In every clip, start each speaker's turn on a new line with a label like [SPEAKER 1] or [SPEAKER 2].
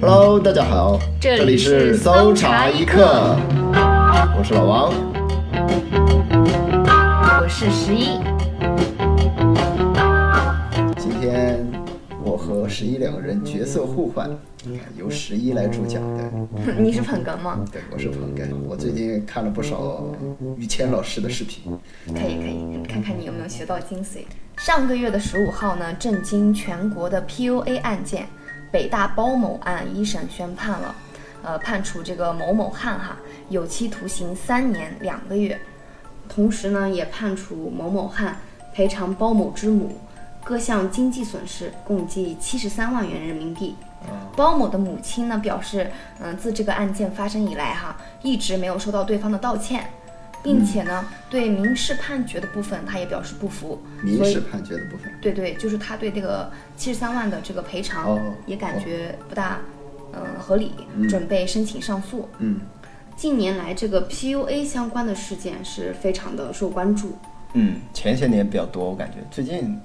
[SPEAKER 1] Hello，大家好，
[SPEAKER 2] 这
[SPEAKER 1] 这里
[SPEAKER 2] 里
[SPEAKER 1] 是
[SPEAKER 2] 是
[SPEAKER 1] 搜
[SPEAKER 2] 搜
[SPEAKER 1] 查
[SPEAKER 2] 查
[SPEAKER 1] 一
[SPEAKER 2] 一
[SPEAKER 1] 课
[SPEAKER 2] 课，
[SPEAKER 1] 我是老王。
[SPEAKER 2] 我是十一，
[SPEAKER 1] 今天我和十一两个人角色互换，由十一来主讲的。
[SPEAKER 2] 你是捧哏吗？
[SPEAKER 1] 对，我是彭根。我最近看了不少于谦老师的视频，
[SPEAKER 2] 可以可以，看看你有没有学到精髓。上个月的十五号呢，震惊全国的 PUA 案件，北大包某案一审宣判了，呃，判处这个某某汉哈有期徒刑三年两个月，同时呢也判处某某汉赔偿包某之母各项经济损失共计七十三万元人民币。
[SPEAKER 1] 哦
[SPEAKER 2] 包某的母亲呢表示，嗯、自这个案件发生以来哈，一直没有收到对方的道歉，
[SPEAKER 1] 嗯
[SPEAKER 2] 并且呢，对民事判决的部分他也表示不服，
[SPEAKER 1] 民
[SPEAKER 2] 所以
[SPEAKER 1] 事判决的部分。
[SPEAKER 2] 对对，就是他对这个七十三万的这个赔偿
[SPEAKER 1] 哦
[SPEAKER 2] 也感觉不大，嗯、合理，准备申请上诉。
[SPEAKER 1] 嗯，
[SPEAKER 2] 近年来，这个 PUA 相关的事件是非常的受关注。
[SPEAKER 3] 嗯，前些年比较多，我感觉最近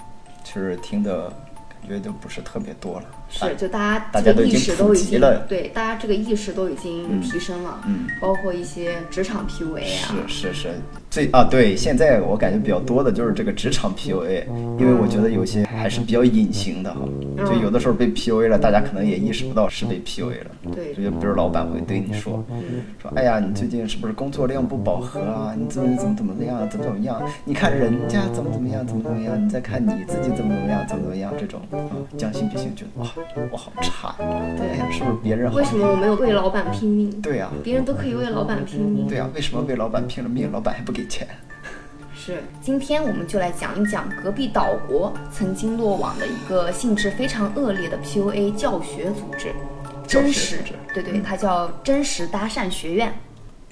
[SPEAKER 3] 其实听的感觉就不是特别多了。
[SPEAKER 2] 是，就大家
[SPEAKER 3] 哎大
[SPEAKER 2] 这
[SPEAKER 3] 家都
[SPEAKER 2] 个
[SPEAKER 3] 已
[SPEAKER 2] 意
[SPEAKER 3] 经
[SPEAKER 2] 识
[SPEAKER 3] 普
[SPEAKER 2] 都已
[SPEAKER 3] 及
[SPEAKER 2] 经
[SPEAKER 3] 了
[SPEAKER 2] 对大家这个意识都已经提升了，
[SPEAKER 3] 嗯
[SPEAKER 2] 包括一些职场 PUA 啊，
[SPEAKER 3] 是是是，最啊对，现在我感觉比较多的就是这个职场 PUA，因为我觉得有些还是比较隐形的哈，
[SPEAKER 2] 嗯
[SPEAKER 3] 就有的时候被 PUA 了，大家可能也意识不到是被 PUA 了。
[SPEAKER 2] 对
[SPEAKER 3] 就比如老板会对你说，说哎呀，你最近是不是工作量不饱和啊？你怎么怎么怎么样啊，怎么怎么样？你看人家怎么怎么样，怎么怎么样？你再看你自己怎么怎么样，怎么怎么样？这种啊，将心比心，觉得哇，我好差呀，哎呀，是不是别人好
[SPEAKER 2] 为？什么我没有为老板拼命？
[SPEAKER 3] 对呀、
[SPEAKER 2] 别人都可以为老板拼命。
[SPEAKER 3] 对呀、啊为什么为老板拼了命，老板还不给钱？
[SPEAKER 2] 是，今天我们就来讲一讲隔壁岛国曾经落网的一个性质非常恶劣的 PUA 教学组织，
[SPEAKER 3] 教
[SPEAKER 2] 真
[SPEAKER 3] 学
[SPEAKER 2] 实
[SPEAKER 3] 组织，嗯
[SPEAKER 2] 对对，它叫真实搭讪学院。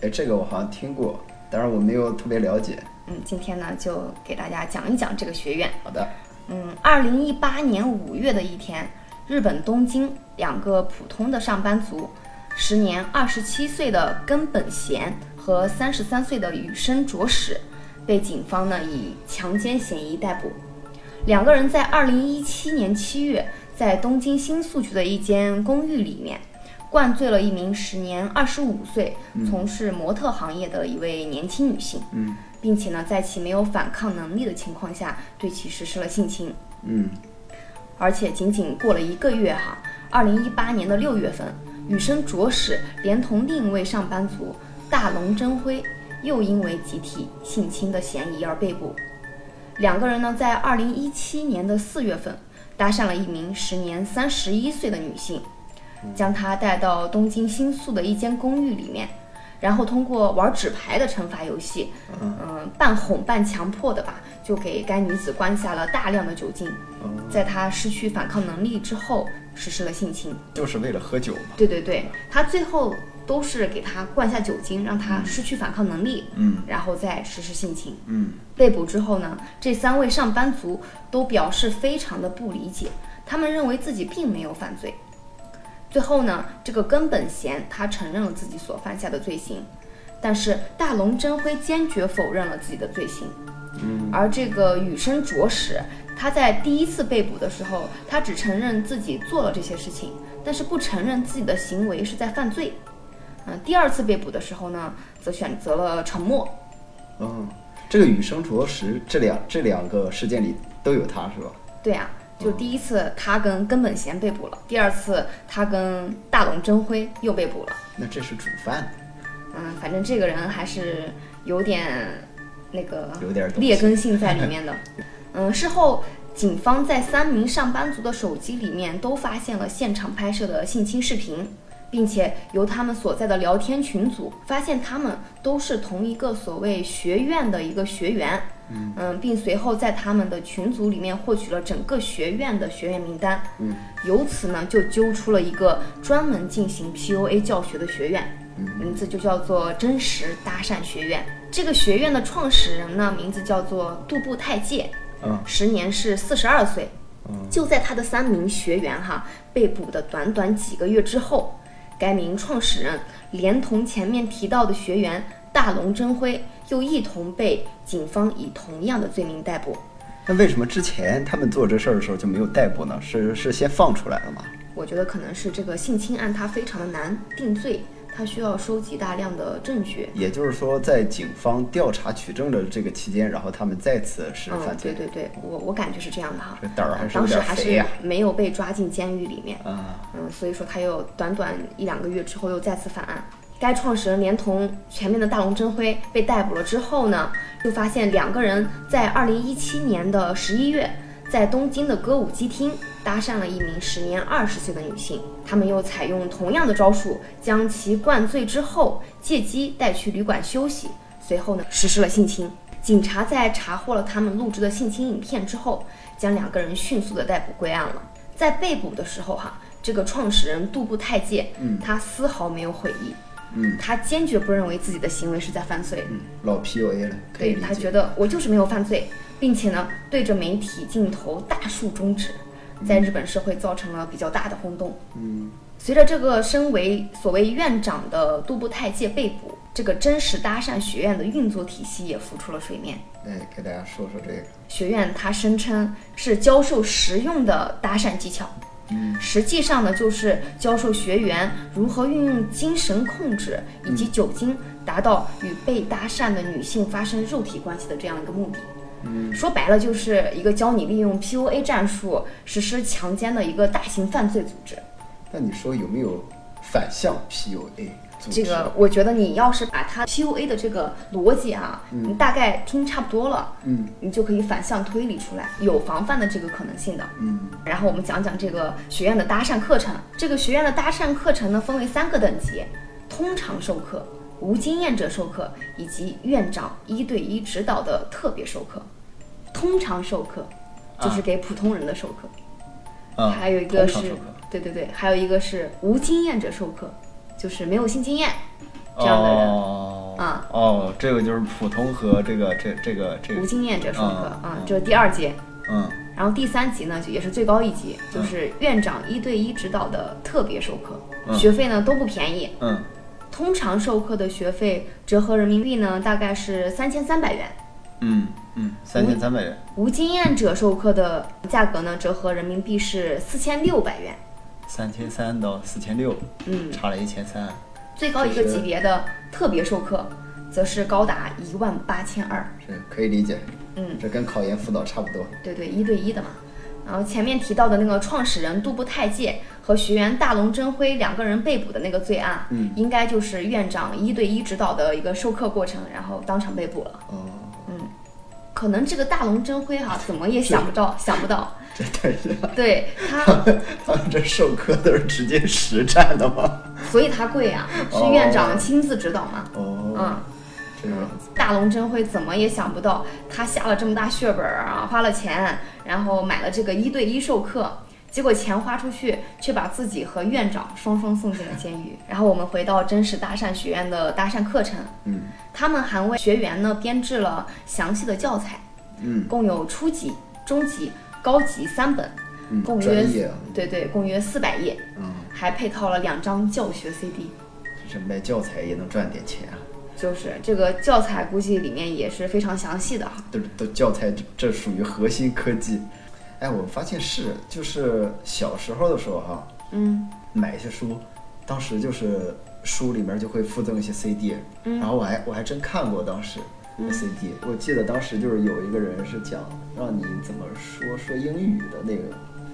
[SPEAKER 1] 哎，这个我好像听过，但是我没有特别了解。
[SPEAKER 2] 嗯，今天呢就给大家讲一讲这个学院。
[SPEAKER 1] 好的，
[SPEAKER 2] 嗯，二零一八年五月的一天，日本东京两个普通的上班族，时年二十七岁的根本贤和三十三岁的羽生卓史，被警方呢以强奸嫌疑逮捕。两个人在二零一七年七月，在东京新宿区的一间公寓里面，灌醉了一名时年二十五岁、从事模特行业的一位年轻女性。并且呢，在其没有反抗能力的情况下，对其实施了性侵。
[SPEAKER 1] 嗯，
[SPEAKER 2] 而且仅仅过了一个月哈，二零一八年的六月份，羽生卓史连同另一位上班族大龙真辉，又因为集体性侵的嫌疑而被捕。两个人呢，在二零一七年的四月份，搭讪了一名时年三十一岁的女性，将她带到东京新宿的一间公寓里面，然后通过玩纸牌的惩罚游戏，嗯、半哄半强迫的吧，就给该女子灌下了大量的酒精，在她失去反抗能力之后，实施了性侵。
[SPEAKER 3] 就是为了喝酒嘛。
[SPEAKER 2] 对对对，她最后都是给她灌下酒精，让她失去反抗能力，嗯，然后再实施性侵。
[SPEAKER 1] 嗯，
[SPEAKER 2] 被捕之后呢，这三位上班族都表示非常的不理解，他们认为自己并没有犯罪。最后呢，这个根本贤他承认了自己所犯下的罪行，但是大龙真辉坚决否认了自己的罪行。嗯，而这个羽生卓史，他在第一次被捕的时候，他只承认自己做了这些事情，但是不承认自己的行为是在犯罪。嗯、第二次被捕的时候呢，则选择了沉默。
[SPEAKER 1] 哦，这个羽生着实，这两这两个事件里都有他是吧？
[SPEAKER 2] 对啊，就第一次他跟根本贤被捕了，第二次他跟大龙真辉又被捕了。
[SPEAKER 1] 那这是主犯，
[SPEAKER 2] 嗯，反正这个人还是有点那个
[SPEAKER 1] 有点东西
[SPEAKER 2] 劣根性在 里面的。嗯，事后警方在三名上班族的手机里面都发现了现场拍摄的性侵视频，并且由他们所在的聊天群组发现他们都是同一个所谓学院的一个学员。嗯，并随后在他们的群组里面获取了整个学院的学员名单。嗯，由此呢就揪出了一个专门进行 PUA 教学的学院。名字就叫做真实搭讪学院。这个学院的创始人呢，名字叫做杜布泰介，
[SPEAKER 1] 嗯，
[SPEAKER 2] 时年是四十二岁。就在他的三名学员哈被捕的短短几个月之后，该名创始人连同前面提到的学员大龙真辉，又一同被警方以同样的罪名逮捕。
[SPEAKER 3] 那为什么之前他们做这事儿的时候就没有逮捕呢？是是先放出来了吗？
[SPEAKER 2] 我我觉得可能是这个性侵案它非常的难定罪，它需要收集大量的证据。
[SPEAKER 1] 也就是说，在警方调查取证的这个期间，然后他们再次是
[SPEAKER 2] 嗯
[SPEAKER 1] 犯，罪
[SPEAKER 2] 对，对对，我我感觉是这样的哈
[SPEAKER 1] 这。胆儿还是有
[SPEAKER 2] 当时
[SPEAKER 1] 点
[SPEAKER 2] 还
[SPEAKER 1] 肥
[SPEAKER 2] 是
[SPEAKER 1] 呀
[SPEAKER 2] 没有被抓进监狱里面，
[SPEAKER 1] 啊，
[SPEAKER 2] 嗯，所以说他又短短一两个月之后又再次犯案。该创始人连同前面的大龙真辉被逮捕了之后呢，就发现两个人在二零一七年的十一月，在东京的歌舞伎町搭讪了一名时年二十岁的女性，他们又采用同样的招数，将其灌醉之后，借机带去旅馆休息，随后呢实施了性侵。警察在查获了他们录制的性侵影片之后，将两个人迅速的逮捕归案了。在被捕的时候、哈，这个创始人杜布泰介，他丝毫没有悔意，
[SPEAKER 1] 嗯，
[SPEAKER 2] 他坚决不认为自己的行为是在犯罪，
[SPEAKER 1] 老 PUA 了，可以
[SPEAKER 2] 对
[SPEAKER 1] 理
[SPEAKER 2] 他
[SPEAKER 1] 解。
[SPEAKER 2] 觉得我就是没有犯罪，并且呢，对着媒体镜头大竖中指，
[SPEAKER 1] 嗯
[SPEAKER 2] 在日本社会造成了比较大的轰动。嗯，随着这个身为所谓院长的杜布泰介被捕，这个真实搭讪学院的运作体系也浮出了水面。
[SPEAKER 1] 哎，给大家说说这个，
[SPEAKER 2] 学院它声称是教授实用的搭讪技巧，实际上呢就是教授学员如何运用精神控制以及酒精，达到与被搭讪的女性发生肉体关系的这样一个目的。说白了就是一个教你利用 PUA 战术实施强奸的一个大型犯罪组织。
[SPEAKER 1] 那你说有没有反向 PUA？组织
[SPEAKER 2] 这个我觉得你要是把它 PUA 的这个逻辑啊，你大概听差不多了，
[SPEAKER 1] 嗯，
[SPEAKER 2] 你就可以反向推理出来，有防范的这个可能性的。
[SPEAKER 1] 嗯，
[SPEAKER 2] 然后我们讲讲这个学院的搭讪课程。这个学院的搭讪课程呢，分为三个等级：通常授课、无经验者授课以及院长一对一指导的特别授课。通常授课就是给普通人的授课，
[SPEAKER 1] 啊，
[SPEAKER 2] 还有一个
[SPEAKER 1] 通常
[SPEAKER 2] 是
[SPEAKER 1] 授课，
[SPEAKER 2] 对对对，还有一个是无经验者授课，就是没有性经验这样的人。
[SPEAKER 1] 哦
[SPEAKER 2] 啊
[SPEAKER 1] 哦，这个就是普通和这个这这个这
[SPEAKER 2] 无
[SPEAKER 1] 个，
[SPEAKER 2] 经验者授课
[SPEAKER 1] 啊
[SPEAKER 2] 啊，这是第二节。
[SPEAKER 1] 嗯，
[SPEAKER 2] 然后第三级呢，就也是最高一级，就是院长一对一指导的特别授课，
[SPEAKER 1] 嗯
[SPEAKER 2] 学费呢都不便宜。
[SPEAKER 1] 嗯，
[SPEAKER 2] 通常授课的学费折合人民币呢，大概是三千三百元；
[SPEAKER 1] 嗯嗯，三千三百元，
[SPEAKER 2] 无经验者授课的价格呢，折合人民币是四千六百元。
[SPEAKER 1] 三千三到四千六，
[SPEAKER 2] 嗯，
[SPEAKER 1] 差了一千三，
[SPEAKER 2] 最高一个级别的特别授课，则是高达一万八千二。
[SPEAKER 1] 这可以理解。
[SPEAKER 2] 嗯，
[SPEAKER 1] 这跟考研辅导差不多。
[SPEAKER 2] 对对，一对一的嘛。然后前面提到的那个创始人杜布泰介和学员大龙真辉两个人被捕的那个罪案，嗯，应该就是院长一对一指导的一个授课过程，然后当场被捕了。
[SPEAKER 1] 哦，
[SPEAKER 2] 可能这个大龙真辉哈、怎么也想不到，想不到，
[SPEAKER 1] 这等一下，
[SPEAKER 2] 对他，
[SPEAKER 1] 他们这授课都是直接实战的吗？
[SPEAKER 2] 所以他跪啊，是院长亲自指导嘛，
[SPEAKER 1] 哦，
[SPEAKER 2] 嗯。
[SPEAKER 1] 这个样子，
[SPEAKER 2] 大龙真辉怎么也想不到，他下了这么大血本儿啊，花了钱，然后买了这个一对一授课，结果钱花出去，却把自己和院长双双送进了监狱。然后我们回到真实搭讪学院的搭讪课程，
[SPEAKER 1] 嗯，
[SPEAKER 2] 他们还为学员呢编制了详细的教材，
[SPEAKER 1] 嗯，
[SPEAKER 2] 共有初级、中级、高级三本，
[SPEAKER 1] 嗯
[SPEAKER 2] 共约
[SPEAKER 1] 专业啊，
[SPEAKER 2] 对对，共约四百页，
[SPEAKER 1] 嗯，
[SPEAKER 2] 还配套了两张教学 CD。
[SPEAKER 1] 这卖教材也能赚点钱啊。
[SPEAKER 2] 就是这个教材，估计里面也是非常详细的哈。
[SPEAKER 1] 都都教材这这属于核心科技。哎，我发现是，就是小时候的时候哈、
[SPEAKER 2] 嗯
[SPEAKER 1] 买一些书，当时就是书里面就会附赠一些 CD，、然
[SPEAKER 2] 嗯
[SPEAKER 1] 后我还我还真看过当时的 CD，、我记得当时就是有一个人是讲让你怎么说说英语的那个。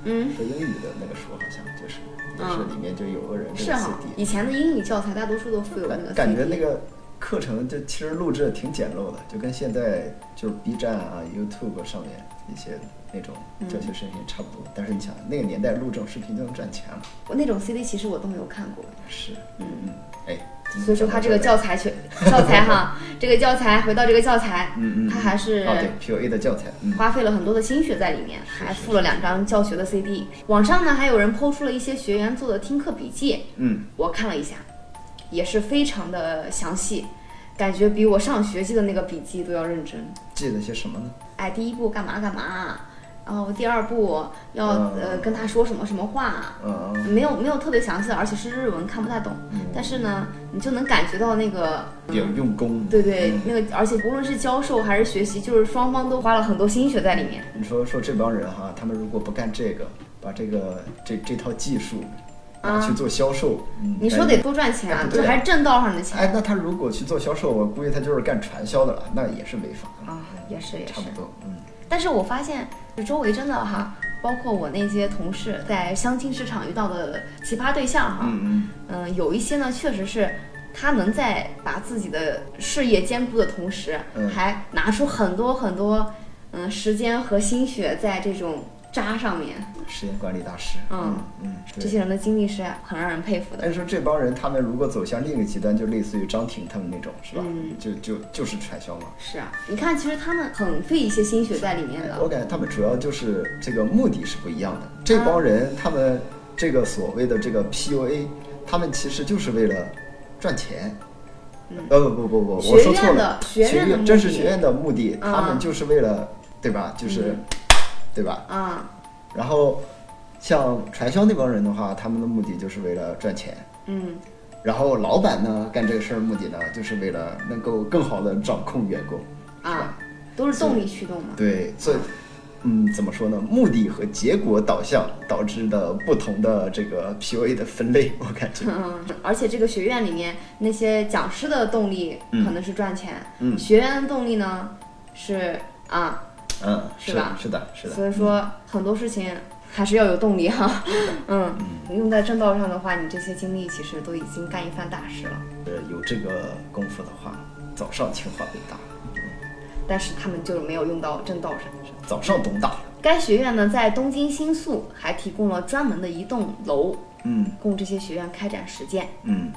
[SPEAKER 2] 嗯，
[SPEAKER 1] 说英语的那个书好像就是，就是
[SPEAKER 2] 嗯
[SPEAKER 1] 里面就有个人这
[SPEAKER 2] 是
[SPEAKER 1] 个
[SPEAKER 2] 哈、
[SPEAKER 1] CD，、
[SPEAKER 2] 以前的英语教材大多数都附有那个 CD，
[SPEAKER 1] 感觉那个课程就其实录制得挺简陋的，就跟现在就是 B 站啊、YouTube 上面一些那种
[SPEAKER 2] 嗯
[SPEAKER 1] 教学视频差不多。但是你想，那个年代录这种视频就能赚钱了，
[SPEAKER 2] 我那种 CD 其实我都没有看过，
[SPEAKER 1] 是，嗯嗯，哎，今天
[SPEAKER 2] 所以说
[SPEAKER 1] 讲
[SPEAKER 2] 它
[SPEAKER 1] 到
[SPEAKER 2] 这个
[SPEAKER 1] 儿
[SPEAKER 2] 教材学教材哈， 这个教材回到这个教材，
[SPEAKER 1] 嗯嗯嗯
[SPEAKER 2] 它还是
[SPEAKER 1] 哦对 PUA 的教材，嗯，
[SPEAKER 2] 花费了很多的心血在里面，还附了两张教学的 CD。网上呢还有人抛出了一些学员做的听课笔记，
[SPEAKER 1] 嗯，
[SPEAKER 2] 我看了一下，也是非常的详细，感觉比我上学期的那个笔记都要认真。
[SPEAKER 1] 记得些什么呢？
[SPEAKER 2] 哎，第一步干嘛干嘛，然后第二步要、
[SPEAKER 1] 嗯
[SPEAKER 2] 呃跟他说什么什么话，
[SPEAKER 1] 嗯，
[SPEAKER 2] 没有没有特别详细的，而且是日文看不太懂，但是呢，你就能感觉到那个，
[SPEAKER 1] 有用功，
[SPEAKER 2] 对对，
[SPEAKER 1] 嗯
[SPEAKER 2] 那个，而且无论是教授还是学习，就是双方都花了很多心血在里面。
[SPEAKER 1] 你说说这帮人哈，他们如果不干这个，把把这个这这套技术
[SPEAKER 2] 啊
[SPEAKER 1] 拿去做销售。嗯
[SPEAKER 2] 你说
[SPEAKER 1] 但
[SPEAKER 2] 得多赚钱
[SPEAKER 1] 哎
[SPEAKER 2] 啊，
[SPEAKER 1] 不对
[SPEAKER 2] 这
[SPEAKER 1] 啊
[SPEAKER 2] 还是挣到上的
[SPEAKER 1] 哎，
[SPEAKER 2] 钱
[SPEAKER 1] 那他如果去做销售，我估计他就是干传销的了，那也是违法的，
[SPEAKER 2] 啊，也是也
[SPEAKER 1] 差
[SPEAKER 2] 是
[SPEAKER 1] 不。多。嗯，
[SPEAKER 2] 但是我发现，就周围真的哈，包括我那些同事在相亲市场遇到的奇葩对象哈，
[SPEAKER 1] 嗯
[SPEAKER 2] 嗯、有一些呢确实是。他能在把自己的事业监督的同时，
[SPEAKER 1] 嗯
[SPEAKER 2] 还拿出很多很多，嗯、时间和心血在这种渣上面。
[SPEAKER 1] 嗯，时间管理大师。
[SPEAKER 2] 嗯
[SPEAKER 1] 嗯，对哎
[SPEAKER 2] 这些人的经历是很让人佩服的。
[SPEAKER 1] 按说这帮人，他们如果走向另一个极端，就类似于张婷他们那种，是吧？
[SPEAKER 2] 嗯
[SPEAKER 1] 就就就是传销嘛。
[SPEAKER 2] 是啊，你看，其实他们很费一些心血在里面的。
[SPEAKER 1] 我感觉他们主要就是这个目的是不一样的。这帮人，他们这个所谓的这个 PUA，他们其实就是为了赚钱。
[SPEAKER 2] 嗯
[SPEAKER 1] 呃不不不不，
[SPEAKER 2] 学
[SPEAKER 1] 我说错
[SPEAKER 2] 院
[SPEAKER 1] 了
[SPEAKER 2] 的，学院的目的
[SPEAKER 1] 真是学院的目的，
[SPEAKER 2] 啊嗯
[SPEAKER 1] 他们就是为了对吧？就是、对吧？
[SPEAKER 2] 啊，
[SPEAKER 1] 然后像传销那帮人的话，他们的目的就是为了赚钱。
[SPEAKER 2] 嗯，
[SPEAKER 1] 然后老板呢干这个事儿目的呢，就是为了能够更好的掌控员工。
[SPEAKER 2] 啊，都是动力驱动嘛。
[SPEAKER 1] 对，所以，嗯，怎么说呢？目的和结果导向导致的不同的这个 PUA 的分类，我感 觉，
[SPEAKER 2] 嗯，而且这个学院里面那些讲师的动力
[SPEAKER 1] 嗯
[SPEAKER 2] 可能是赚钱，
[SPEAKER 1] 嗯
[SPEAKER 2] 学员的动力呢是啊，
[SPEAKER 1] 嗯，
[SPEAKER 2] 是
[SPEAKER 1] 是
[SPEAKER 2] 吧
[SPEAKER 1] 的，是的，是的。嗯
[SPEAKER 2] 所以说很多事情还是要有动力哈、 嗯，用在正道上的话，你这些经历其实都已经干一番大事了，
[SPEAKER 1] 呃，有这个功夫的话，早上清华北大，
[SPEAKER 2] 但是他们就是没有用到正道上。
[SPEAKER 1] 早上东大，
[SPEAKER 2] 该学院呢，在东京新宿还提供了专门的一栋楼，
[SPEAKER 1] 嗯
[SPEAKER 2] 供这些学院开展实践。
[SPEAKER 1] 嗯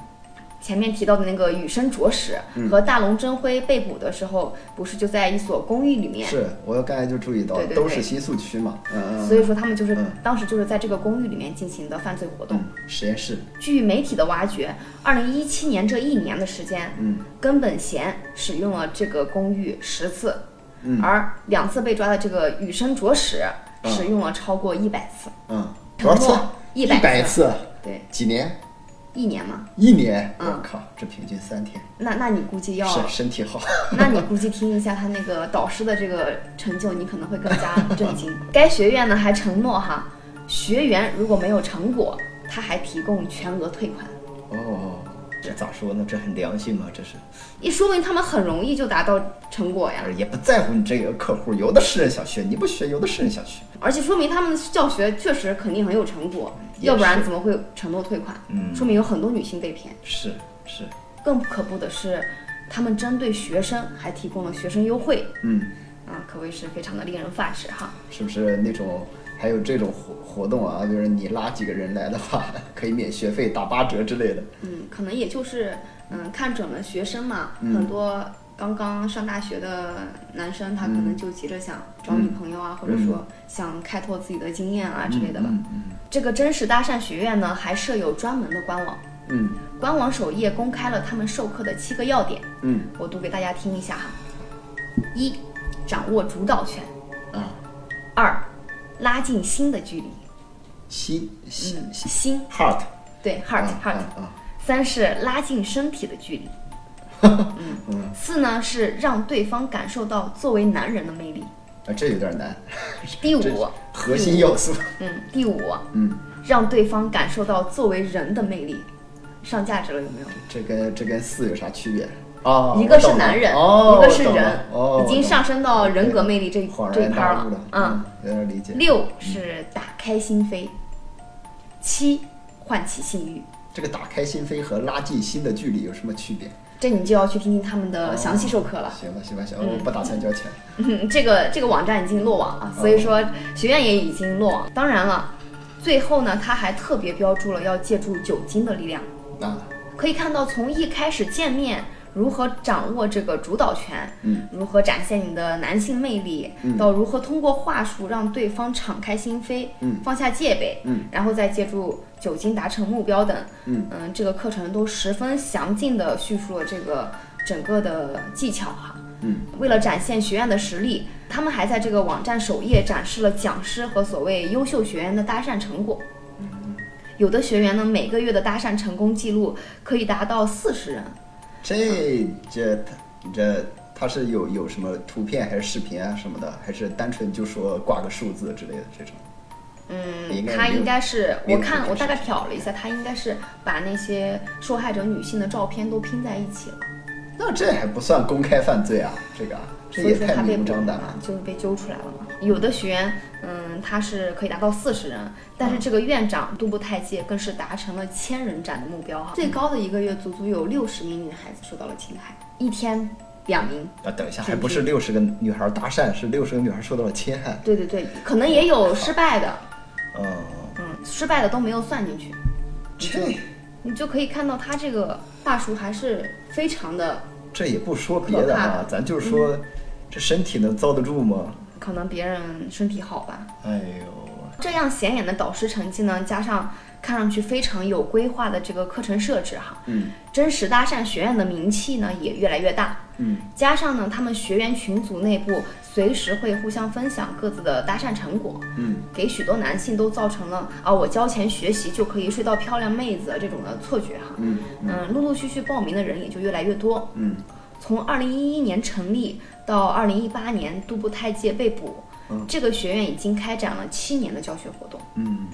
[SPEAKER 2] 前面提到的那个羽生卓史和大龙真辉被捕的时候，不是就在一所公寓里面？
[SPEAKER 1] 是我刚才就注意到，
[SPEAKER 2] 对对
[SPEAKER 1] 都
[SPEAKER 2] 对
[SPEAKER 1] 是新宿区嘛，嗯
[SPEAKER 2] 所以
[SPEAKER 1] 嗯
[SPEAKER 2] 说他们就是、
[SPEAKER 1] 嗯
[SPEAKER 2] 当时就是在这个公寓里面进行的犯罪活动。
[SPEAKER 1] 嗯，实验室，
[SPEAKER 2] 据媒体的挖掘，二零一七年这一年的时间，
[SPEAKER 1] 嗯
[SPEAKER 2] 根本贤使用了这个公寓十次，
[SPEAKER 1] 嗯
[SPEAKER 2] 而两次被抓的这个羽生卓史
[SPEAKER 1] 嗯
[SPEAKER 2] 使用了超过一百次，
[SPEAKER 1] 嗯，多少次？
[SPEAKER 2] 一
[SPEAKER 1] 一
[SPEAKER 2] 百
[SPEAKER 1] 百次，
[SPEAKER 2] 对，
[SPEAKER 1] 几年？
[SPEAKER 2] 一年嘛。
[SPEAKER 1] 一年？
[SPEAKER 2] 嗯
[SPEAKER 1] 我靠，这平均三天，
[SPEAKER 2] 那那你估计要，
[SPEAKER 1] 身身体好。
[SPEAKER 2] 那你估计听一下他那个导师的这个成就，你可能会更加震惊。该学院呢还承诺哈，学员如果没有成果，他还提供全额退款，
[SPEAKER 1] 哦，这咋说呢？这很良心啊，这是，
[SPEAKER 2] 也说明他们很容易就达到成果呀，
[SPEAKER 1] 也不在乎你这个客户，有的是人想学，你不学，有的是人想学。
[SPEAKER 2] 而且说明他们的教学确实肯定很有成果，
[SPEAKER 1] 也是
[SPEAKER 2] 要不然怎么会承诺退款？
[SPEAKER 1] 嗯
[SPEAKER 2] 说明有很多女性被骗。
[SPEAKER 1] 是是，
[SPEAKER 2] 更不可怖的是，他们针对学生还提供了学生优惠，
[SPEAKER 1] 嗯，
[SPEAKER 2] 啊，可谓是非常的令人发指哈。
[SPEAKER 1] 是不是那种还有这种活活动啊？就是你拉几个人来的话，可以免学费、打八折之类的。
[SPEAKER 2] 嗯，可能也就是嗯看准了学生嘛，
[SPEAKER 1] 嗯
[SPEAKER 2] 很多刚刚上大学的男生，他可能就急着想找
[SPEAKER 1] 嗯
[SPEAKER 2] 女朋友啊，或者说想开拓自己的经验啊之类的吧。
[SPEAKER 1] 嗯嗯
[SPEAKER 2] 这个真实搭讪学院呢，还设有专门的官网，
[SPEAKER 1] 嗯
[SPEAKER 2] 官网首页公开了他们授课的七个要点，
[SPEAKER 1] 嗯
[SPEAKER 2] 我读给大家听一下哈。一，掌握主导权；
[SPEAKER 1] 嗯啊，
[SPEAKER 2] 二，拉近心的距离；
[SPEAKER 1] 心心
[SPEAKER 2] 嗯，心
[SPEAKER 1] ，heart
[SPEAKER 2] 对 heart
[SPEAKER 1] 啊
[SPEAKER 2] heart
[SPEAKER 1] 啊啊，
[SPEAKER 2] 三是拉近身体的 距离，嗯，四呢是让对方感受到作为男人的魅力。
[SPEAKER 1] 啊这有点 难，
[SPEAKER 2] 第
[SPEAKER 1] 这
[SPEAKER 2] 五，
[SPEAKER 1] 核心要素。
[SPEAKER 2] 嗯，第五，
[SPEAKER 1] 嗯，
[SPEAKER 2] 让对方感受到作为人的魅力，上价值了有没有？
[SPEAKER 1] 这跟这跟四有啥区别？啊，
[SPEAKER 2] 一个
[SPEAKER 1] 我
[SPEAKER 2] 是
[SPEAKER 1] 懂了
[SPEAKER 2] 男人，
[SPEAKER 1] 哦、
[SPEAKER 2] 一个是
[SPEAKER 1] 我懂了
[SPEAKER 2] 人，
[SPEAKER 1] 哦，
[SPEAKER 2] 已经上升到人格魅力这
[SPEAKER 1] 恍
[SPEAKER 2] 这一
[SPEAKER 1] 然
[SPEAKER 2] 趴
[SPEAKER 1] 大悟
[SPEAKER 2] 了。嗯
[SPEAKER 1] 嗯，，有点理解。
[SPEAKER 2] 六是打开心扉，七唤起性欲，
[SPEAKER 1] 这个打开心扉和拉近心的距离有什么区别？
[SPEAKER 2] 这你就要去听听他们
[SPEAKER 1] 哦
[SPEAKER 2] 的呃详细授课了。
[SPEAKER 1] 行吧，行吧，行吧，我不打算交钱。
[SPEAKER 2] 嗯，这个这个网站已经落网
[SPEAKER 1] 哦
[SPEAKER 2] 了，所以说学院也已经落网。当然了，最后呢，他还特别标注了要借助酒精的力量，
[SPEAKER 1] 啊，
[SPEAKER 2] 可以看到从一开始见面。如何掌握这个主导权？
[SPEAKER 1] 嗯，
[SPEAKER 2] 如何展现你的男性魅力？
[SPEAKER 1] 嗯
[SPEAKER 2] 到如何通过话术让对方敞开心扉，
[SPEAKER 1] 嗯
[SPEAKER 2] 放下戒备，
[SPEAKER 1] 嗯，
[SPEAKER 2] 然后再借助酒精达成目标等，
[SPEAKER 1] 嗯
[SPEAKER 2] 这个课程都十分详尽的叙述了这个整个的技巧哈。
[SPEAKER 1] 嗯
[SPEAKER 2] 为了展现学院的实力，他们还在这个网站首页展示了讲师和所谓优秀学员的搭讪成果。有的学员呢，每个月的搭讪成功记录可以达到四十人。
[SPEAKER 1] 这这他这他是有有什么图片还是视频啊什么的，还是单纯就说挂个数字之类的这种？
[SPEAKER 2] 嗯
[SPEAKER 1] 应，该
[SPEAKER 2] 他
[SPEAKER 1] 没有
[SPEAKER 2] 应该是
[SPEAKER 1] 没有
[SPEAKER 2] 我看
[SPEAKER 1] 这
[SPEAKER 2] 我
[SPEAKER 1] 个
[SPEAKER 2] 大概
[SPEAKER 1] 事
[SPEAKER 2] 瞟了一下，他应该是把那些受害者女性的照片都拼在一起了，
[SPEAKER 1] 那这还不算公开犯罪啊，这个啊这
[SPEAKER 2] 所以
[SPEAKER 1] 也
[SPEAKER 2] 说
[SPEAKER 1] 太
[SPEAKER 2] 他被
[SPEAKER 1] 明目
[SPEAKER 2] 捕了
[SPEAKER 1] 张胆
[SPEAKER 2] 嘛
[SPEAKER 1] 了。，
[SPEAKER 2] 就是被揪出来了嘛。有的学员，嗯，他是可以达到四十人，但是这个院长杜布泰介更是达成了千人斩的目标哈，最高的一个月足足有六十名女孩子受到了侵害，一天两名。
[SPEAKER 1] 啊，等一下，
[SPEAKER 2] 这
[SPEAKER 1] 还不是六十个女孩搭讪，是六十个女孩受到了侵害。
[SPEAKER 2] 对对对，可能也有失败的，
[SPEAKER 1] 嗯，
[SPEAKER 2] 嗯，失败的都没有算进去，
[SPEAKER 1] 这
[SPEAKER 2] 你就可以看到他这个话术还是非常的，
[SPEAKER 1] 这也不说别的
[SPEAKER 2] 可怕嗯
[SPEAKER 1] 啊
[SPEAKER 2] 的，
[SPEAKER 1] 咱就说这身体能遭得住吗？
[SPEAKER 2] 可能别人身体好吧。
[SPEAKER 1] 哎呦，
[SPEAKER 2] 这样显眼的导师成绩呢，加上看上去非常有规划的这个课程设置哈，
[SPEAKER 1] 嗯
[SPEAKER 2] 真实搭讪学院的名气呢也越来越大。
[SPEAKER 1] 嗯，
[SPEAKER 2] 加上呢，他们学员群组内部随时会互相分享各自的搭讪成果，
[SPEAKER 1] 嗯，
[SPEAKER 2] 给许多男性都造成了啊，我交钱学习就可以睡到漂亮妹子这种的错觉哈。
[SPEAKER 1] 嗯
[SPEAKER 2] 嗯，陆陆续续报名的人也就越来越多。
[SPEAKER 1] 嗯，
[SPEAKER 2] 从二零一一年成立到二零一八年杜布泰介被捕，
[SPEAKER 1] 嗯
[SPEAKER 2] 这个学院已经开展了七年的教学活动。
[SPEAKER 1] 嗯，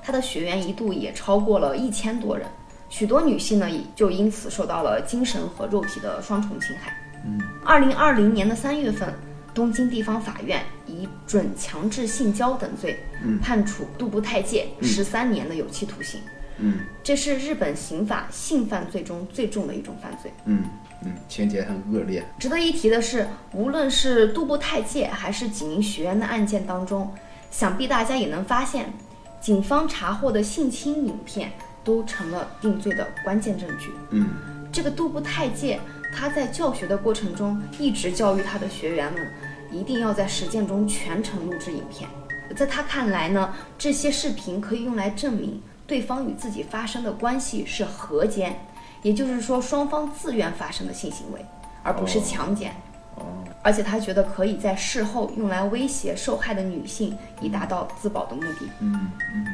[SPEAKER 2] 他的学员一度也超过了一千多人，许多女性呢也就因此受到了精神和肉体的双重侵害。
[SPEAKER 1] 嗯，
[SPEAKER 2] 二零二零年的三月份，东京地方法院以准强制性交等罪，
[SPEAKER 1] 嗯
[SPEAKER 2] 判处杜布泰介十三年的有期徒刑。
[SPEAKER 1] 嗯
[SPEAKER 2] 这是日本刑法性犯罪中最重的一种犯罪。
[SPEAKER 1] 嗯嗯，情节很恶劣。
[SPEAKER 2] 值得一提的是，无论是杜布泰介还是几名学员的案件当中，想必大家也能发现，警方查获的性侵影片都成了定罪的关键证据。
[SPEAKER 1] 嗯
[SPEAKER 2] 这个杜布泰介，他在教学的过程中一直教育他的学员们，一定要在实践中全程录制影片。在他看来呢，这些视频可以用来证明对方与自己发生的关系是和奸，也就是说双方自愿发生的性行为，而不是
[SPEAKER 1] 哦
[SPEAKER 2] 强奸。
[SPEAKER 1] 哦，
[SPEAKER 2] 而且他觉得可以在事后用来威胁受害的女性，以达到自保的目的。
[SPEAKER 1] 嗯嗯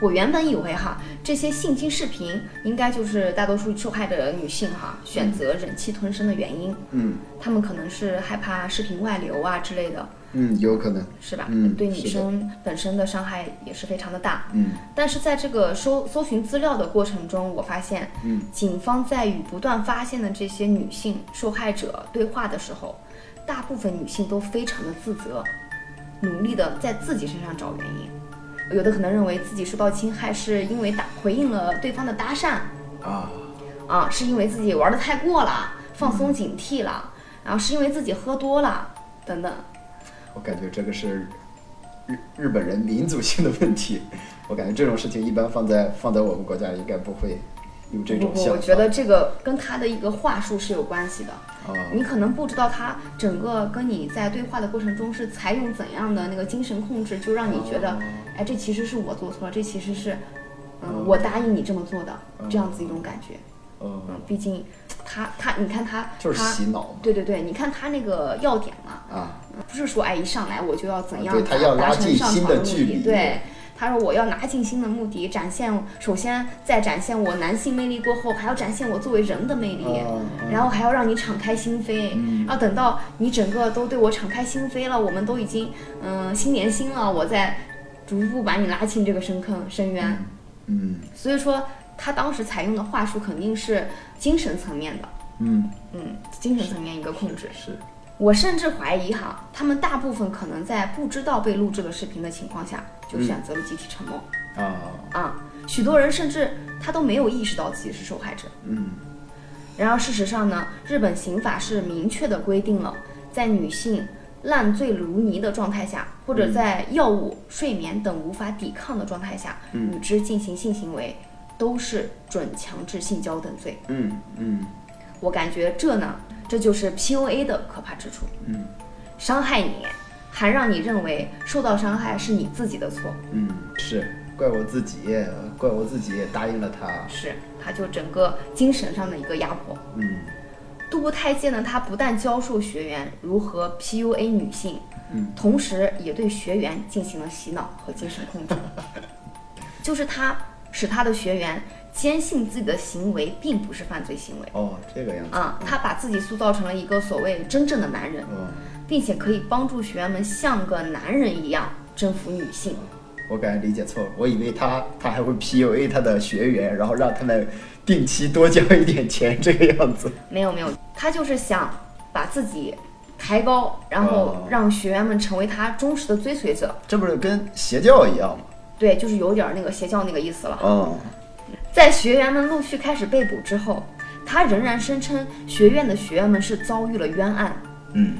[SPEAKER 2] 我原本以为哈，这些性侵视频应该就是大多数受害者女性哈选择忍气吞声的原因，
[SPEAKER 1] 嗯
[SPEAKER 2] 她们可能是害怕视频外流啊之类的，
[SPEAKER 1] 嗯，有可能。
[SPEAKER 2] 是吧？
[SPEAKER 1] 嗯
[SPEAKER 2] 对
[SPEAKER 1] 是
[SPEAKER 2] 女
[SPEAKER 1] 的
[SPEAKER 2] 生本身的伤害也是非常的大。
[SPEAKER 1] 嗯
[SPEAKER 2] 但是在这个搜搜寻资料的过程中，我发现，
[SPEAKER 1] 嗯，
[SPEAKER 2] 警方在与不断发现的这些女性受害者对话的时候，大部分女性都非常的自责，努力的在自己身上找原因。有的可能认为自己受到侵害是因为打回应了对方的搭讪，
[SPEAKER 1] 啊，
[SPEAKER 2] 啊，是因为自己玩的太过了，放
[SPEAKER 1] 嗯
[SPEAKER 2] 松警惕了，然后是因为自己喝多了等等。
[SPEAKER 1] 我感觉这个是日日本人民族性的问题。 我感觉这种事情一般放在放在我们国家应该不会有这
[SPEAKER 2] 不
[SPEAKER 1] 种
[SPEAKER 2] 不
[SPEAKER 1] 想
[SPEAKER 2] 不，
[SPEAKER 1] 法。
[SPEAKER 2] 我觉得这个跟他的一个话术是有关系的。
[SPEAKER 1] 啊，
[SPEAKER 2] 你可能不知道他整个跟你在对话的过程中是采用怎样的那个精神控制，就让你觉得
[SPEAKER 1] 哦，
[SPEAKER 2] 哎，这其实是我做错了，这其实是，
[SPEAKER 1] 哦
[SPEAKER 2] 嗯，我答应你这么做的，这样子一种感觉。
[SPEAKER 1] 嗯，
[SPEAKER 2] 嗯，毕竟他他，你看他
[SPEAKER 1] 就是
[SPEAKER 2] 他
[SPEAKER 1] 洗脑嘛
[SPEAKER 2] 对对对，你看他那个要点嘛，
[SPEAKER 1] 啊，
[SPEAKER 2] 不是说哎一上来我就要怎样
[SPEAKER 1] 对他要
[SPEAKER 2] 达
[SPEAKER 1] 拉
[SPEAKER 2] 成
[SPEAKER 1] 近
[SPEAKER 2] 上
[SPEAKER 1] 新
[SPEAKER 2] 床
[SPEAKER 1] 的
[SPEAKER 2] 目
[SPEAKER 1] 距
[SPEAKER 2] 的
[SPEAKER 1] 离
[SPEAKER 2] 对。他说：“我要拿进新的目的，展现首先在展现我男性魅力过后，还要展现我作为人的魅力。
[SPEAKER 1] 嗯嗯
[SPEAKER 2] 然后还要让你敞开心扉，
[SPEAKER 1] 嗯
[SPEAKER 2] 然后等到你整个都对我敞开心扉了，我们都已经嗯、心连心了，我再逐步把你拉进这个深坑深渊。
[SPEAKER 1] 嗯
[SPEAKER 2] 所以说，他当时采用的话术肯定是精神层面的，
[SPEAKER 1] 嗯，
[SPEAKER 2] 嗯，精神层面一个控制。
[SPEAKER 1] 是
[SPEAKER 2] 我甚至怀疑哈，他们大部分可能在不知道被录制的视频的情况下，就
[SPEAKER 1] 嗯
[SPEAKER 2] 选择了集体沉默、
[SPEAKER 1] 啊，
[SPEAKER 2] 啊。许多人甚至他都没有意识到自己是受害者。
[SPEAKER 1] 嗯
[SPEAKER 2] 然而，事实上呢，日本刑法是明确的规定了，在女性烂醉如泥的状态下，或者在药物、睡眠等无法抵抗的状态下，与之进行性行为，都是准强制性交等罪。
[SPEAKER 1] 嗯嗯
[SPEAKER 2] 我感觉这呢，这就是 PUA 的可怕之处。
[SPEAKER 1] 嗯，
[SPEAKER 2] 伤害你，还让你认为受到伤害是你自己的错。
[SPEAKER 1] 嗯，是怪我自己，怪我自己答应了他。
[SPEAKER 2] 是，他就整个精神上的一个压迫。
[SPEAKER 1] 嗯
[SPEAKER 2] 杜布泰介呢，他不但教授学员如何 PUA 女性，
[SPEAKER 1] 嗯，
[SPEAKER 2] 同时也对学员进行了洗脑和精神 控制，就是他使他的学员坚信自己的行为并不是犯罪行为。
[SPEAKER 1] 哦，这个样子。
[SPEAKER 2] 啊、他把自己塑造成了一个所谓真正的男人，
[SPEAKER 1] 嗯，
[SPEAKER 2] 并且可以帮助学员们像个男人一样征服女性。
[SPEAKER 1] 我我感觉理解错了，我以为他他还会 PUA 他的学员，然后让他们定期多交一点钱这个样子。
[SPEAKER 2] 没有没有，他就是想把自己抬高，然后
[SPEAKER 1] 哦
[SPEAKER 2] 让学员们成为他忠实的追随者。
[SPEAKER 1] 这不是跟邪教一样吗？
[SPEAKER 2] 对，就是有点儿那个邪教那个意思了。
[SPEAKER 1] 嗯，
[SPEAKER 2] 在学员们陆续开始被捕之后，他仍然声称学院的学员们是遭遇了冤案。
[SPEAKER 1] 嗯，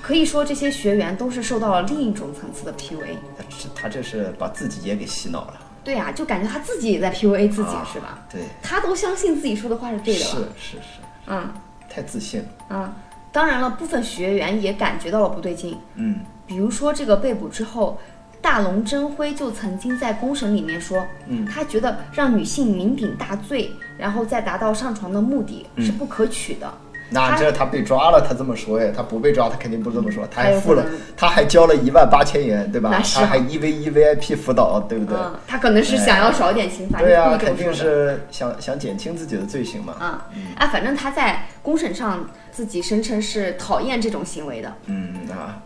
[SPEAKER 2] 可以说，这些学员都是受到了另一种层次的 PUA。
[SPEAKER 1] 他这嗯他这是把自己也给洗脑了。
[SPEAKER 2] 对呀、就感觉他自己也在 PUA 自己，
[SPEAKER 1] 啊
[SPEAKER 2] 是吧？
[SPEAKER 1] 对，
[SPEAKER 2] 他都相信自己说的话是对的
[SPEAKER 1] 是
[SPEAKER 2] 了。
[SPEAKER 1] 是是，
[SPEAKER 2] 嗯
[SPEAKER 1] 太自信了。
[SPEAKER 2] 嗯，当然了，部分学员也感觉到了不对劲，
[SPEAKER 1] 嗯，
[SPEAKER 2] 比如说这个被捕之后，大龙真辉就曾经在公审里面说，
[SPEAKER 1] 嗯
[SPEAKER 2] 他觉得让女性酩酊大醉，然后再达到上床的目的
[SPEAKER 1] 嗯
[SPEAKER 2] 是不可取的。
[SPEAKER 1] 那
[SPEAKER 2] 他
[SPEAKER 1] 这他被抓了，他这么说呀，他不被抓，他肯定不这么说，他还付了
[SPEAKER 2] 他有可能，
[SPEAKER 1] 他还交了一万八千元，对吧？
[SPEAKER 2] 那是
[SPEAKER 1] 他还一 v 一 VIP 辅导，对不对？
[SPEAKER 2] 嗯，他可能是想要少一点刑罚，
[SPEAKER 1] 对
[SPEAKER 2] 故
[SPEAKER 1] 啊，
[SPEAKER 2] 意这么
[SPEAKER 1] 肯定
[SPEAKER 2] 说的。
[SPEAKER 1] 是想想减轻自己的罪行嘛。
[SPEAKER 2] 啊、啊，反正他在公审上自己声称是讨厌这种行为的，
[SPEAKER 1] 嗯啊，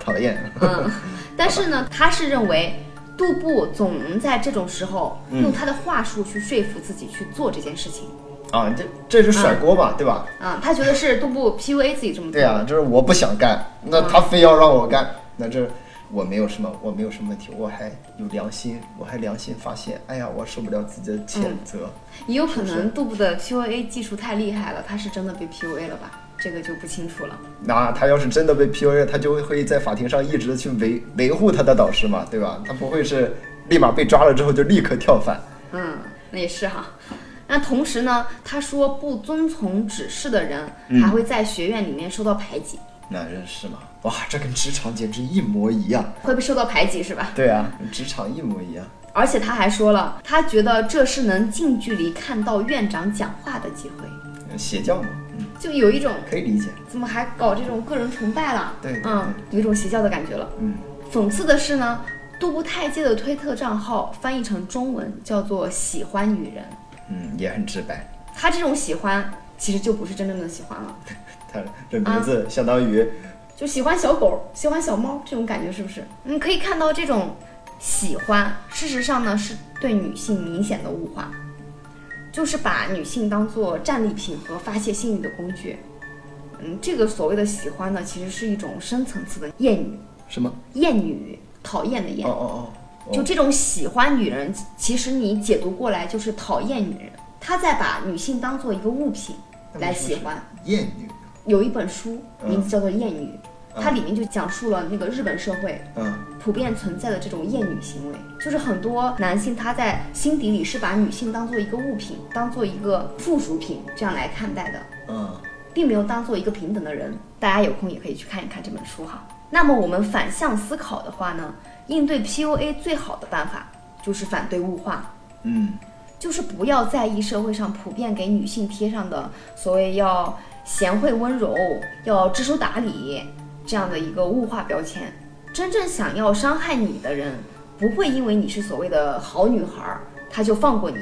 [SPEAKER 1] 讨厌。
[SPEAKER 2] 嗯，但是呢，他是认为杜布总能在这种时候
[SPEAKER 1] 嗯
[SPEAKER 2] 用他的话术去说服自己去做这件事情。
[SPEAKER 1] 啊，这这是甩锅嘛，对吧？
[SPEAKER 2] 啊、他觉得是杜布 PUA 自己这么做。
[SPEAKER 1] 对啊，就是我不想干，那他非要让我干，那这我没有什么，我没有什么问题，我还有良心，我还良心发现，哎呀，我受不了自己的谴责。
[SPEAKER 2] 也有可能杜布的 PUA 技术太厉害了，他是真的被 PUA 了吧？这个就不清楚了。
[SPEAKER 1] 那他要是真的被 PUA，他就会在法庭上一直去维维护他的导师嘛，对吧？他不会是立马被抓了之后就立刻跳反。
[SPEAKER 2] 嗯，那也是哈。那同时呢，他说不遵从指示的人还会在学院里面受到排挤，
[SPEAKER 1] 那真是嘛，哇，这跟职场简直一模一样。
[SPEAKER 2] 会被受到排挤是吧？
[SPEAKER 1] 对啊，职场一模一样。
[SPEAKER 2] 而且他还说了，他觉得这是能近距离看到院长讲话的机会，
[SPEAKER 1] 邪教嘛，嗯，
[SPEAKER 2] 就有一种
[SPEAKER 1] 可以理解。
[SPEAKER 2] 怎么还搞这种个人崇拜了？
[SPEAKER 1] 对对
[SPEAKER 2] 嗯，有一种邪教的感觉了。
[SPEAKER 1] 嗯，
[SPEAKER 2] 讽刺的是呢，杜布泰街的推特账号翻译成中文叫做“喜欢女人
[SPEAKER 1] 嗯，也很直白。”，
[SPEAKER 2] 他这种喜欢其实就不是真正的喜欢了，
[SPEAKER 1] 他这名
[SPEAKER 2] 啊
[SPEAKER 1] 字相当于
[SPEAKER 2] 就喜欢小狗、喜欢小猫这种感觉，是不是？你可以看到这种喜欢，事实上呢是对女性明显的物化，就是把女性当做战利品和发泄性欲的工具。嗯，这个所谓的喜欢呢，其实是一种深层次的厌女，
[SPEAKER 1] 什么？
[SPEAKER 2] 厌女，讨厌的厌
[SPEAKER 1] 哦。哦哦，
[SPEAKER 2] 就这种喜欢女人，其实你解读过来就是讨厌女人，他在把女性当做一个物品来喜欢。
[SPEAKER 1] 艳女，
[SPEAKER 2] 有一本书
[SPEAKER 1] 嗯
[SPEAKER 2] 名字叫做《厌女》，
[SPEAKER 1] 嗯
[SPEAKER 2] 它里面就讲述了那个日本社会
[SPEAKER 1] 嗯
[SPEAKER 2] 普遍存在的这种厌女行为，就是很多男性他在心底里是把女性当做一个物品，当做一个附属品这样来看待的。
[SPEAKER 1] 嗯，
[SPEAKER 2] 并没有当做一个平等的人。大家有空也可以去看一看这本书哈。那么我们反向思考的话呢，应对 PUA 最好的办法就是反对物化，
[SPEAKER 1] 嗯，
[SPEAKER 2] 就是不要在意社会上普遍给女性贴上的所谓要贤惠温柔、要知书达理这样的一个物化标签。真正想要伤害你的人，不会因为你是所谓的好女孩儿，他就放过你，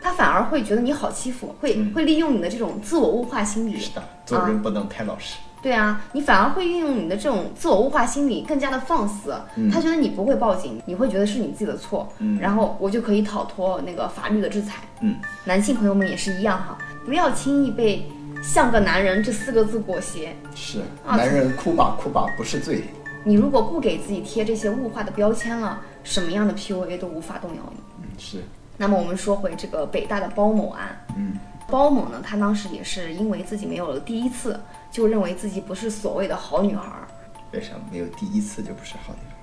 [SPEAKER 2] 他反而会觉得你好欺负，会、会利用你的这种自我物化心理，
[SPEAKER 1] 嗯是的，做人不能太老实。
[SPEAKER 2] 对啊，你反而会运用你的这种自我物化心理，更加的放肆。他觉得你不会报警，你会觉得是你自己的错，然后我就可以逃脱那个法律的制裁。
[SPEAKER 1] 嗯，
[SPEAKER 2] 男性朋友们也是一样哈，不要轻易被“像个男人”这四个字裹挟。
[SPEAKER 1] 是，
[SPEAKER 2] 啊
[SPEAKER 1] 男人哭吧哭吧不是罪。
[SPEAKER 2] 你如果不给自己贴这些物化的标签了，什么样的 PUA 都无法动摇你。
[SPEAKER 1] 嗯，是，
[SPEAKER 2] 那么我们说回这个北大的包某案，
[SPEAKER 1] 嗯，
[SPEAKER 2] 包某呢，她当时也是因为自己没有了第一次，就认为自己不是所谓的好女孩儿，
[SPEAKER 1] 为啥没有第一次就不是好女人？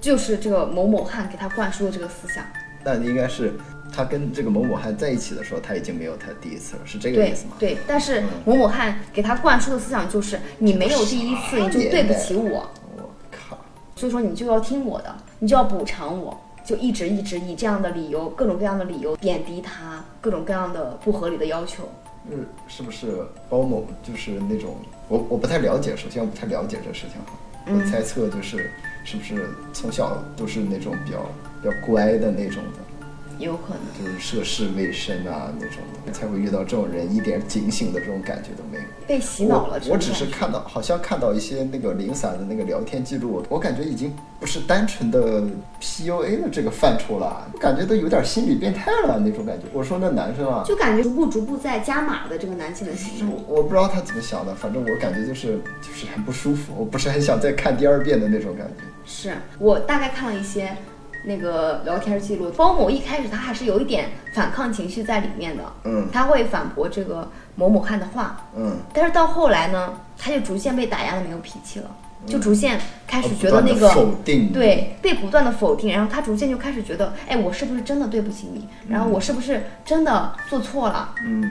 [SPEAKER 2] 就是这个某某汉给他灌输的这个思想。
[SPEAKER 1] 那应该是他跟这个某某汉在一起的时候，他已经没有他第一次了，是这个
[SPEAKER 2] 对
[SPEAKER 1] 意思吗？
[SPEAKER 2] 对，但是某某汉给他灌输的思想就是，你没有第一次，你就对不起我，
[SPEAKER 1] 我靠，
[SPEAKER 2] 所以说你就要听我的，你就要补偿我，就一直一直以这样的理由，各种各样的理由贬低他，各种各样的不合理的要求。
[SPEAKER 1] 嗯，是不是包某就是那种我我不太了解，首先我不太了解这事情哈，
[SPEAKER 2] 嗯
[SPEAKER 1] 我猜测就是是不是从小都是那种比较比较乖的那种的，
[SPEAKER 2] 也有可能。
[SPEAKER 1] 就是涉世未深啊那种的，才会遇到这种人，一点警醒的这种感觉都没有。
[SPEAKER 2] 被洗脑了
[SPEAKER 1] 我，我只是看到，好像看到一些那个零散的那个聊天记录，我感觉已经不是单纯的 PUA 的这个范畴了，感觉都有点心理变态了那种感觉。我说那男生啊，
[SPEAKER 4] 就感觉逐步逐步在加码的这个男性的心
[SPEAKER 1] 就是我不知道他怎么想的，反正我感觉就是就是很不舒服，我不是很想再看第二遍的那种感觉。
[SPEAKER 2] 是我大概看了一些那个聊天记录，包某一开始他还是有一点反抗情绪在里面的，
[SPEAKER 1] 嗯
[SPEAKER 2] 他会反驳这个某某汉的话，
[SPEAKER 1] 嗯，
[SPEAKER 2] 但是到后来呢，他就逐渐被打压的没有脾气了，就逐渐开
[SPEAKER 1] 嗯
[SPEAKER 2] 始
[SPEAKER 1] 哦不
[SPEAKER 2] 觉得
[SPEAKER 1] 断
[SPEAKER 2] 那
[SPEAKER 1] 地
[SPEAKER 2] 个
[SPEAKER 1] 否定，，
[SPEAKER 2] 对，被不断的否定，然后他逐渐就开始觉得，哎，我是不是真的对不起你？然后我是不是真的做错了？
[SPEAKER 1] 嗯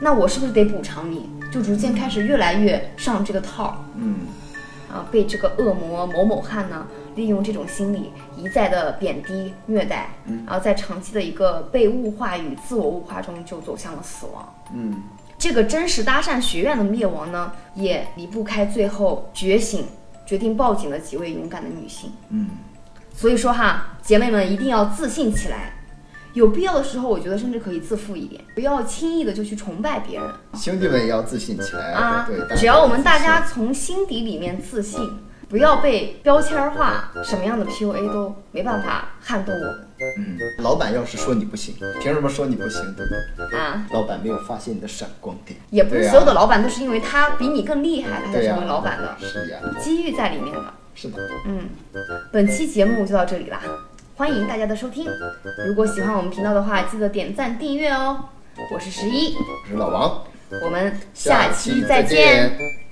[SPEAKER 2] 那我是不是得补偿你？就逐渐开始越来越上这个套儿
[SPEAKER 1] 嗯。
[SPEAKER 2] 啊，被这个恶魔某某汉呢利用这种心理一再的贬低虐待，
[SPEAKER 1] 嗯
[SPEAKER 2] 然后在长期的一个被物化与自我物化中就走向了死亡。
[SPEAKER 1] 嗯
[SPEAKER 2] 这个真实搭讪学院的灭亡呢，也离不开最后觉醒、决定报警的几位勇敢的女性。
[SPEAKER 1] 嗯
[SPEAKER 2] 所以说哈，姐妹们一定要自信起来，有必要的时候，我觉得甚至可以自负一点，不要轻易的就去崇拜别人
[SPEAKER 1] 兄弟们也要自信起来
[SPEAKER 2] 啊
[SPEAKER 1] 对，大。家
[SPEAKER 2] 只要我们
[SPEAKER 1] 自
[SPEAKER 2] 大
[SPEAKER 1] 信
[SPEAKER 2] 家从心底里面自信，不要被标签化，什么样的 PUA 都没办法撼动我
[SPEAKER 1] 嗯，老板要是说你不行，凭什么说你不行，对不对？
[SPEAKER 2] 们啊。
[SPEAKER 1] 老板没有发现你的闪光点，
[SPEAKER 2] 也不是
[SPEAKER 1] 对啊
[SPEAKER 2] 所有的老板都是因为他比你更厉害，他才
[SPEAKER 1] 对呀、啊
[SPEAKER 2] 成为老板的，
[SPEAKER 1] 是呀、
[SPEAKER 2] 机遇在里面的。
[SPEAKER 1] 是的，
[SPEAKER 2] 嗯，本期节目就到这里啦，欢迎大家的收听。如果喜欢我们频道的话，记得点赞订阅哦。我是十一，
[SPEAKER 1] 我是老王，
[SPEAKER 2] 我们下期再见。
[SPEAKER 1] 见